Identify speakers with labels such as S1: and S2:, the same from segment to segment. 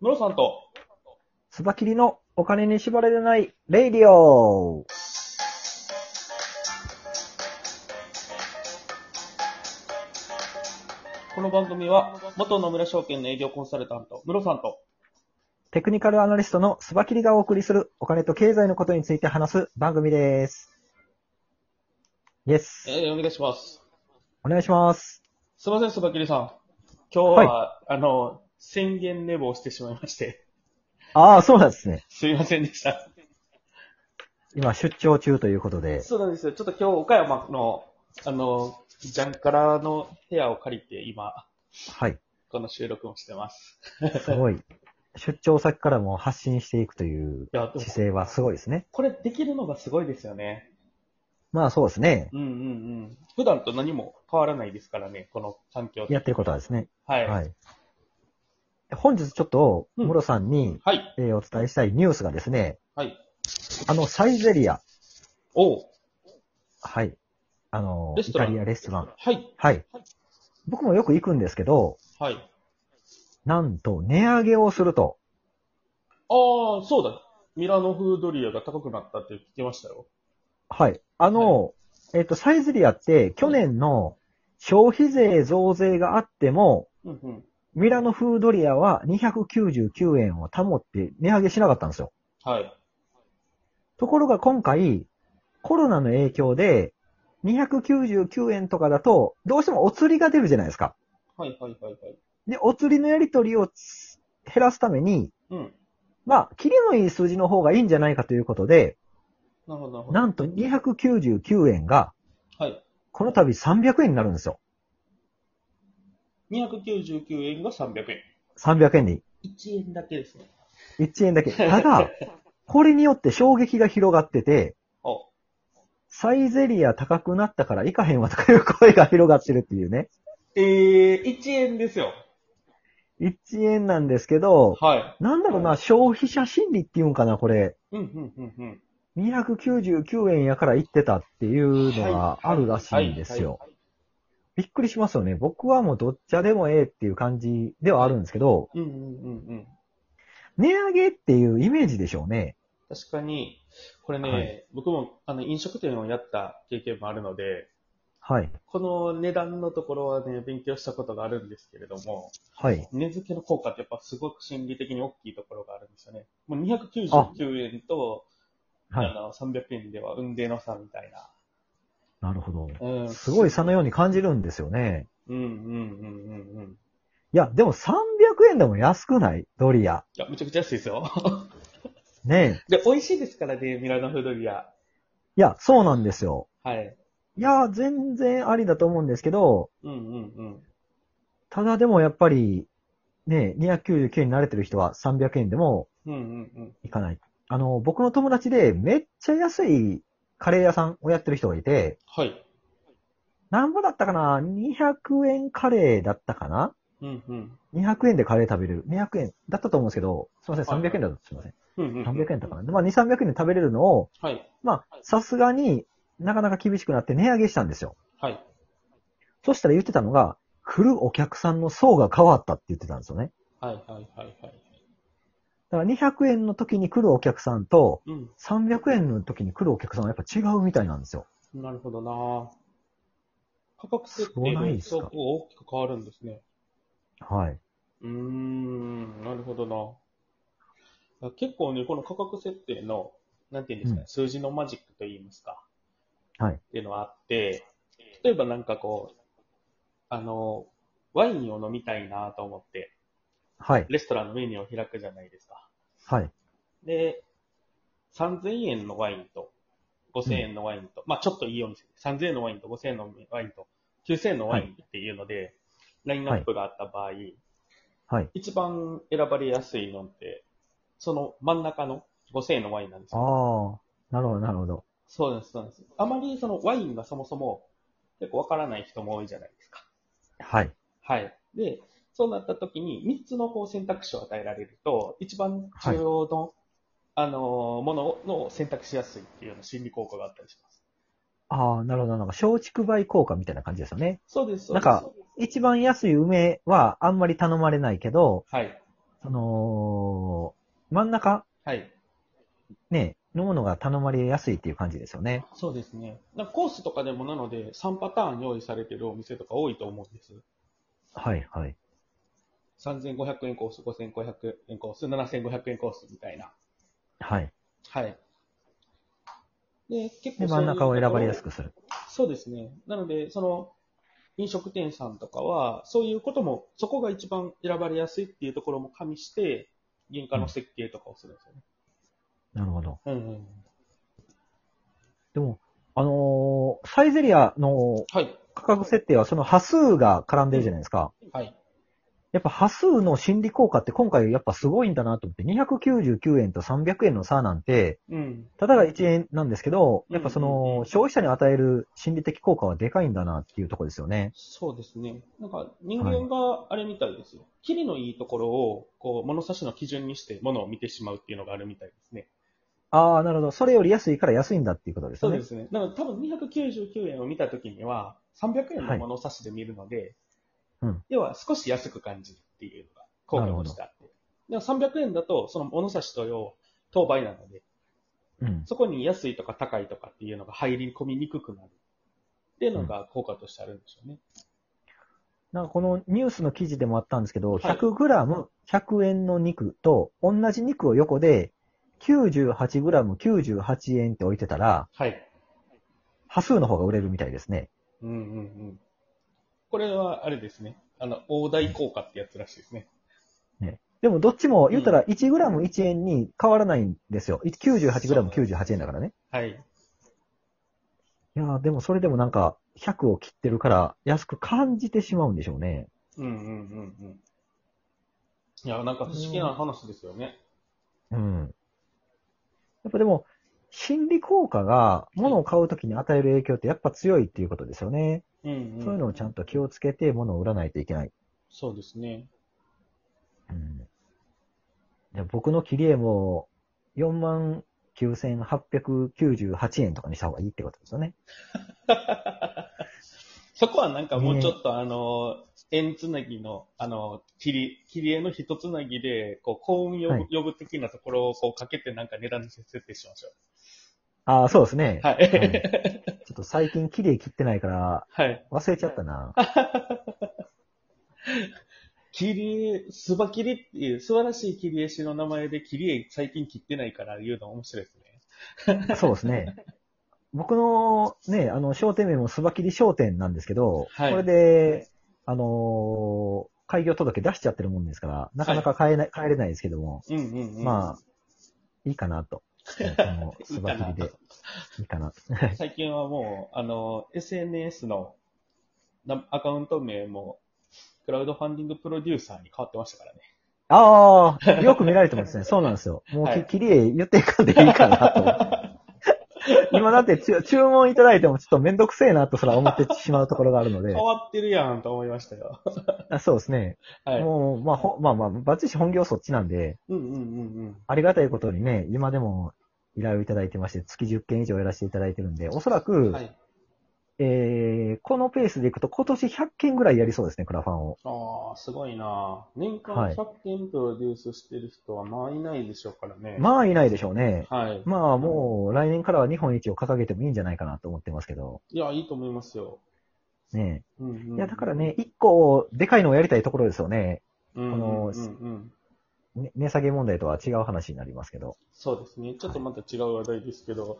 S1: ムロさんと、
S2: スバキリのお金に縛られないレイディオ
S1: この番組は、元野村証券の営業コンサルタント、ムロさんと、
S2: テクニカルアナリストのスバキリがお送りするお金と経済のことについて話す番組です。イエス。
S1: えーお願いします。
S2: お願いします。
S1: すいません、スバキリさん。今日は、あの、宣言寝坊してしまいまして、
S2: ああ、そうなんですね。
S1: すいませんでした。
S2: 今出張中ということで。
S1: そうなんですよ。ちょっと今日、岡山の、あの、ジャンカラの部屋を借りて、今、
S2: はい。
S1: この収録をしてます。
S2: すごい。出張先からも発信していくという
S1: いや、でも
S2: 姿勢はすごいですね。
S1: これできるのがすごいですよね。
S2: まあそうですね。
S1: うんうんうん。普段と何も変わらないですからね、この環境
S2: やってることはですね。
S1: はい。
S2: はい。本日ちょっと、
S1: うん
S2: ムロさんに、
S1: はい。
S2: えーお伝えしたいニュースがですね、
S1: はい。
S2: あのサイゼリア、
S1: おう
S2: はい。あの、
S1: レ
S2: イ
S1: ストラ
S2: タ
S1: ン
S2: リアレストラン。
S1: はい。
S2: はい。僕もよく行くんですけど、
S1: はい。
S2: なんと値上げをすると。
S1: ああ、そうだ。ミラノ風ドリアが高くなったって聞きましたよ。
S2: はい。あの、えっ、と、サイゼリアって去年の消費税増税があっても、
S1: うんうん。
S2: ミラノフードリアは299円を保って値上げしなかったんですよ。
S1: はい。
S2: ところが今回、コロナの影響で、299円とかだと、どうしてもお釣りが出るじゃないですか。
S1: はいはいはいはい。
S2: で、お釣りのやり取りをつ減らすために、
S1: うん。
S2: まあ、キリのいい数字の方がいいんじゃないかということで、
S1: なるほどなるほど。
S2: なんと299円が、
S1: はい。
S2: この度300円になるんですよ。
S1: 299円が300円。
S2: 300円に。
S1: 1円だけですね。
S2: 1円だけ。ただ、これによって衝撃が広がってて、
S1: お
S2: サイゼリア高くなったから行かへんわとかいう声が広がってるっていうね。
S1: えー、1円ですよ。
S2: 1円なんですけど、
S1: は
S2: なんだろう
S1: は
S2: な、消費者心理っていうんかな、これ。
S1: い。うんうんうんうん。
S2: 299円やから行ってたっていうのがあるらしいんです
S1: は
S2: よ。
S1: は
S2: びっくりしますよね。僕はもうどっちでもええっていう感じではあるんですけど、
S1: いはい。うんうんうんうん。
S2: 値上げっていうイメージでしょうね。
S1: 確かに、これね、
S2: はい
S1: 僕もあの飲食店をやった経験もあるので、
S2: はい。
S1: この値段のところはね、勉強したことがあるんですけれども、
S2: はい。
S1: 値付けの効果ってやっぱすごく心理的に大きいところがあるんですよね。もう299円とあ、
S2: はい。
S1: の300円では運命の差みたいな。
S2: なるほど。
S1: うん、
S2: すごい差のように感じるんですよね。
S1: うんうんうんうんうん。い
S2: いや、でも300円でも安くないドリア。
S1: や、めちゃくちゃ安いですよ。
S2: ねえ。
S1: で、美味しいですからね、ミラノフードリア。
S2: いや、そうなんですよ。
S1: はい。
S2: いや、全然ありだと思うんですけど、
S1: うんうんうん。
S2: ただでもやっぱり、ねえ、299円に慣れてる人は300円でも
S1: うんうんうん。
S2: いかない。あの、僕の友達でめっちゃ安いカレー屋さんをやってる人がいて、
S1: はい。
S2: なんぼだったかな ?200 円カレーだったかな
S1: うんうん。
S2: 200円でカレー食べれる。200円だったと思うんですけど、すいません、
S1: はいはい
S2: 300円だとすいません。
S1: うんうん、
S2: 300円だったかな。でまあ、2、300円で食べれるのを、
S1: はい。
S2: まあ、さすがになかなか厳しくなって値上げしたんですよ。
S1: はい。
S2: そしたら言ってたのが、来るお客さんの層が変わったって言ってたんですよね。
S1: はいはいはいはい。
S2: だから200円の時に来るお客さんと、
S1: うん。
S2: 300円の時に来るお客さんはやっぱ違うみたいなんですよ。
S1: なるほどな価格設
S2: そう
S1: 定
S2: な
S1: の
S2: いで
S1: 予
S2: すか
S1: 測が大きく変わるんですね。
S2: はい。
S1: うーん、なるほどな。結構ね、この価格設定の、なんていうんですかね、
S2: うん
S1: 数字のマジックといいますか、
S2: はい
S1: っていうのはあって、例えばなんかこう、あの、ワインを飲みたいなと思って、
S2: はい。
S1: レストランのメニューを開くじゃないですか。
S2: はい。
S1: で、3000円のワインと、5000円のワインと、まあちょっといいお店、3000円のワインと5000円のワインと、9000円のワインっていうので、ラインナップがあった場合、
S2: はい。
S1: 一番選ばれやすいのって、その真ん中の5000円のワインなんです
S2: ああ
S1: よ。、
S2: なるほど、なるほど。
S1: そうなんです、そうなんです。あまりそのワインがそもそも結構わからない人も多いじゃないですか。
S2: はい。
S1: はい。で、そうなった時に3つのこう選択肢を与えられると、一番重要の、あのーもののを選択しやすいっていうような心理効果があったりします。
S2: ああ、なるほど。なんか、松竹梅効果みたいな感じですよね。
S1: そうです、そうです。
S2: なんか一番安い梅はあんまり頼まれないけど、
S1: はい。
S2: その、真ん中、
S1: はい。
S2: ね、のものが頼まれやすいっていう感じですよね。
S1: そうですね。なんかコースとかでもなので、3パターン用意されてるお店とか多いと思うんです。
S2: はい、はい。
S1: 3500円コース、5500円コース、7500円コースみたいな。
S2: はい。
S1: はい。で、結
S2: で、
S1: 構
S2: 真ん中を選ばれやす
S1: く。
S2: くする。
S1: そうですね。なので、その、飲食店さんとかは、そういうことも、そこが一番選ばれやすいっていうところも加味して、原価の設計とかをするんですよね。
S2: なるほど。
S1: うんうん。
S2: でも、あのーサイゼリアの
S1: はい。
S2: 価格設定はその波数が絡んでるじゃないですか。
S1: はい。
S2: やっぱ波数の心理効果って今回やっぱすごいんだなと思って、299円と300円の差なんて、
S1: うん。
S2: ただが1円なんですけど、
S1: うん
S2: やっぱそ
S1: うんう
S2: の
S1: ん
S2: 消費者に与える心理的効果はでかいんだなっていうところですよね。
S1: そうですね。なんか、人間があれみたいですよ。キリのいいところを、こう、物差しの基準にして、物を見てしまうっていうのがあるみたいですね。
S2: ああ、なるほど。それより安いから安いんだっていうことです
S1: そ
S2: よ
S1: う
S2: ね
S1: で。すね。なので、多分299円を見たときには、300円の物差しで見るので、
S2: はいうん
S1: 要は少し安く感じるっていうのが効果としてあって。でも300円だと、その物差しと要、当倍なので、
S2: うん。
S1: そこに安いとか高いとかっていうのが入り込みにくくなる。っていうのが効果としてあるんでしょうね。
S2: なんかこのニュースの記事でもあったんですけど、
S1: はい
S2: 100g100 円の肉と同じ肉を横で 98g98 円って置いてたら、
S1: はい。
S2: 波数の方が売れるみたいですね。
S1: うんうんうん。これはあれですね。あの、大台効果ってやつらしいですね。
S2: でもどっちも言ったら 1g1 円に変わらないんですよ。98g98 円だからね。
S1: はい。
S2: いやーでもそれでもなんか100を切ってるから安く感じてしまうんでしょうね。
S1: うんうんうんうん。いや、なんか不思議な話ですよね。
S2: うん。やっぱでも、心理効果が物を買うときに与える影響ってやっぱ強いっていうことですよね。
S1: うん
S2: そういうのをちゃんと気をつけて物を売らないといけない。
S1: そうですね。
S2: うん、で僕の切り絵も4万9898円とかにした方がいいってことですよね。
S1: そこはなんかもうちょっと、あの、縁つなぎの、あの、切り、切り絵の一つなぎで、こう、幸運呼ぶ,、
S2: はい
S1: 呼ぶ的なところをこうかけてなんか値段に設定しましょ
S2: ああ、そうですね。
S1: う。はい。
S2: いちょっと最近切り絵切ってないから
S1: はい。
S2: 忘れちゃったな。
S1: 切り絵、すば切りっていう、素晴らしい切り絵師の名前で切り絵最近切ってないから言うの面白いですね。
S2: そうですね。僕のね、あの、商店名もすばきり商店なんですけど、
S1: はい
S2: これで、あのー開業届出しちゃってるもんですから、なかなか買えない、買えれないですけども、
S1: うんうんうん。
S2: まあ、いいかなと。このすばきりで、いいかなと。
S1: 最近はもう、あの、SNS のなアカウント名も、クラウドファンディングプロデューサーに変わってましたからね。
S2: ああ、よく見られてますね。そうなんですよ。もうき、
S1: はい
S2: きりえ言っていかんでいいかなと思って。今だって注注文いただいてもちょっとめんどくせえなとすら思ってしまうところがあるので
S1: 変、わってるやんと思いました よ。
S2: あそうですね。
S1: はい。
S2: もう、まあ、ほまあまあ、バッチリ本業そっちなんで、
S1: うんうんうん
S2: ありがたいことにね、今でも依頼をいただいてまして、月10件以上やらせていただいてるんで、おそら
S1: う
S2: く、
S1: ん。はい。
S2: えー、このペースでいくと今年100件ぐらいやりそうですね、クラファンを。
S1: ああ、すごいな年間
S2: はい
S1: 100件プロデュースしてる人はまあいないでしょうからね。
S2: まあ、いないでしょうね。
S1: はい。
S2: まあ、もう、来年からは日本一を掲げてもいいんじゃないかなと思ってますけど、
S1: いや、いいと思いますよ。
S2: ね
S1: うんうんうん、
S2: いや、だからね、一個、でかいのをやりたいところですよね。
S1: うんうんうん、うんうん。
S2: ね値下げ問題とは違う話になりますけど。
S1: そうですね。ちょっとまた違う話題ですけど、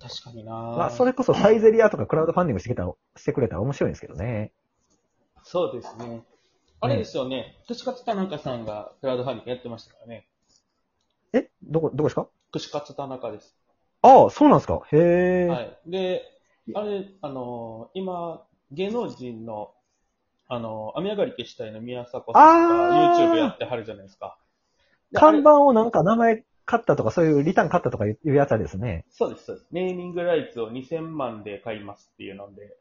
S1: 確かにな
S2: まあ、それこそサイゼリアとかクラウドファンディングしてきたらしてくれたら面白いんですけどね。
S1: そうですね。あれですよね。串カツ田中さんがクラウドファンディングやってましたからね。
S2: え、どこ、どこですか
S1: 串カツ田中です。
S2: ああ、そうなんですか。へえ。
S1: はい。で、あれ、あのー今、芸能人の、あのー雨上がり消したいの宮迫さんが
S2: あー
S1: YouTube やってはるじゃないですか。であ
S2: 看
S1: れ
S2: 板をなんか名前買ったとか、そういうリターン買ったとかいうやつですね。
S1: そうです、そうです。ネーミングライツを2000万で買いますっていうので、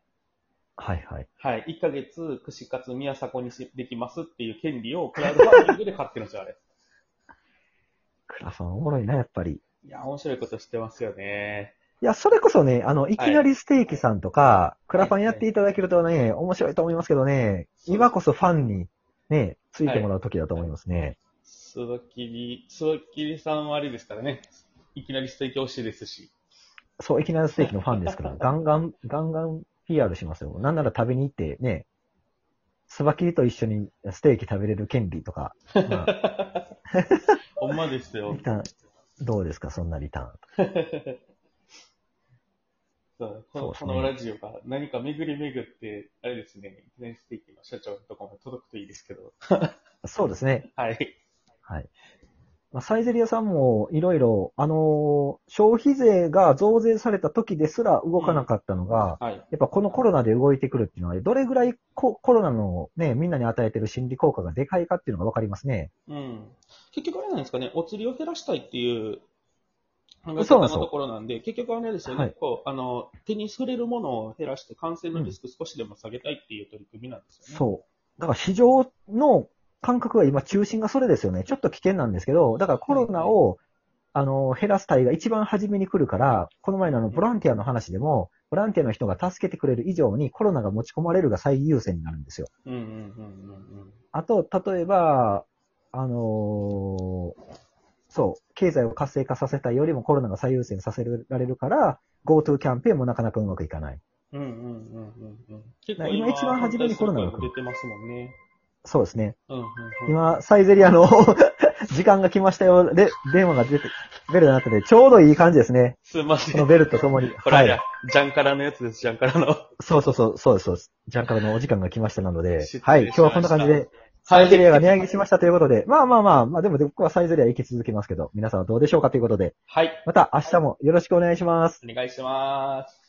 S2: はいはい。
S1: はい。1ヶ月、串カツ宮迫にしできますっていう権利をクラウドファンディングで買ってるんですよ、あれ。
S2: クラファンおもろいな、やっぱり。
S1: いや、面白いことしてますよね。
S2: いや、それこそね、あの、いきなりステーキさんとか、クラファンやっていただけるとね、面白いと思いますけどね、今こそファンにね、ついてもらう時だと思いますね。
S1: スワキリ、スワキリさんはあれですからね。いきなりステーキ欲しいですし。
S2: そう、いきなりステーキのファンですから、ガンガン、ガンガン PR しますよ。なんなら食べに行ってね、スバキリと一緒にステーキ食べれる権利とか、まあ
S1: ほんまですよ
S2: リ。ターン、どうですか、そんなリターン。
S1: そうこ
S2: そう
S1: の
S2: です
S1: こ
S2: ね
S1: のラジオが何か巡り巡って、あれですね、いきなりステーキの社長のとこまで届くといいですけど。
S2: そうですね。
S1: はい。
S2: はい。まあ、サイゼリアさんもいろいろ、あのー消費税が増税された時ですら動かなかったのが、
S1: はい。
S2: やっぱこのコロナで動いてくるっていうのは、どれぐらいココロナのね、みんなに与えてる心理効果がでかいかっていうのがわかりますね。
S1: うん。結局あれなんですかね、お釣りを減らしたいっていう考え
S2: すよ
S1: 方のところなんで、結局あれですよね、
S2: はい
S1: こうあの、手に触れるものを減らして感染のリスク少しでも下げたいっていう取り組みなんですよね。
S2: そう。だから市場の感覚が今中心がそれですよね。ちょっと危険なんですけど、だからコロナを、あの、減らす隊が一番初めに来るから、この前のあの、ボランティアの話でも、ボランティアの人が助けてくれる以上にコロナが持ち込まれるが最優先になるんですよ。
S1: うんうんうんうん
S2: あと、例えば、あのーそう、経済を活性化させたいよりもコロナが最優先させられるから、GoTo キャンペーンもなかなかうまくいかない。
S1: うん。うんうんうんうんうん。結
S2: だから今一番初めにコロナが来る
S1: 反対する声も出てますもんね。
S2: そうですね。
S1: うんうんうん。
S2: 今、サイゼリアの 時間が来ましたよ。で、電話が出て、ベルになってて、ちょうどいい感じですね。
S1: すいま
S2: こ
S1: せ
S2: の
S1: ん。
S2: ベルとともに。
S1: これは
S2: はい。
S1: ジャンカラのやつです、ジャンカラの。
S2: そうそうそう、そうです、そうです。ジャンカルのお時間が来ましたなので
S1: 失礼し、ました
S2: はい。今日はこんな感じで、サ
S1: は
S2: イゼリアが値
S1: い。
S2: 上げしましたということで、まあまあまあ、まあでも僕はサイゼリア行き続けますけど、皆さんはどうでしょうかということで、
S1: はい。
S2: また明日もよろしくお願いします。
S1: お願いします。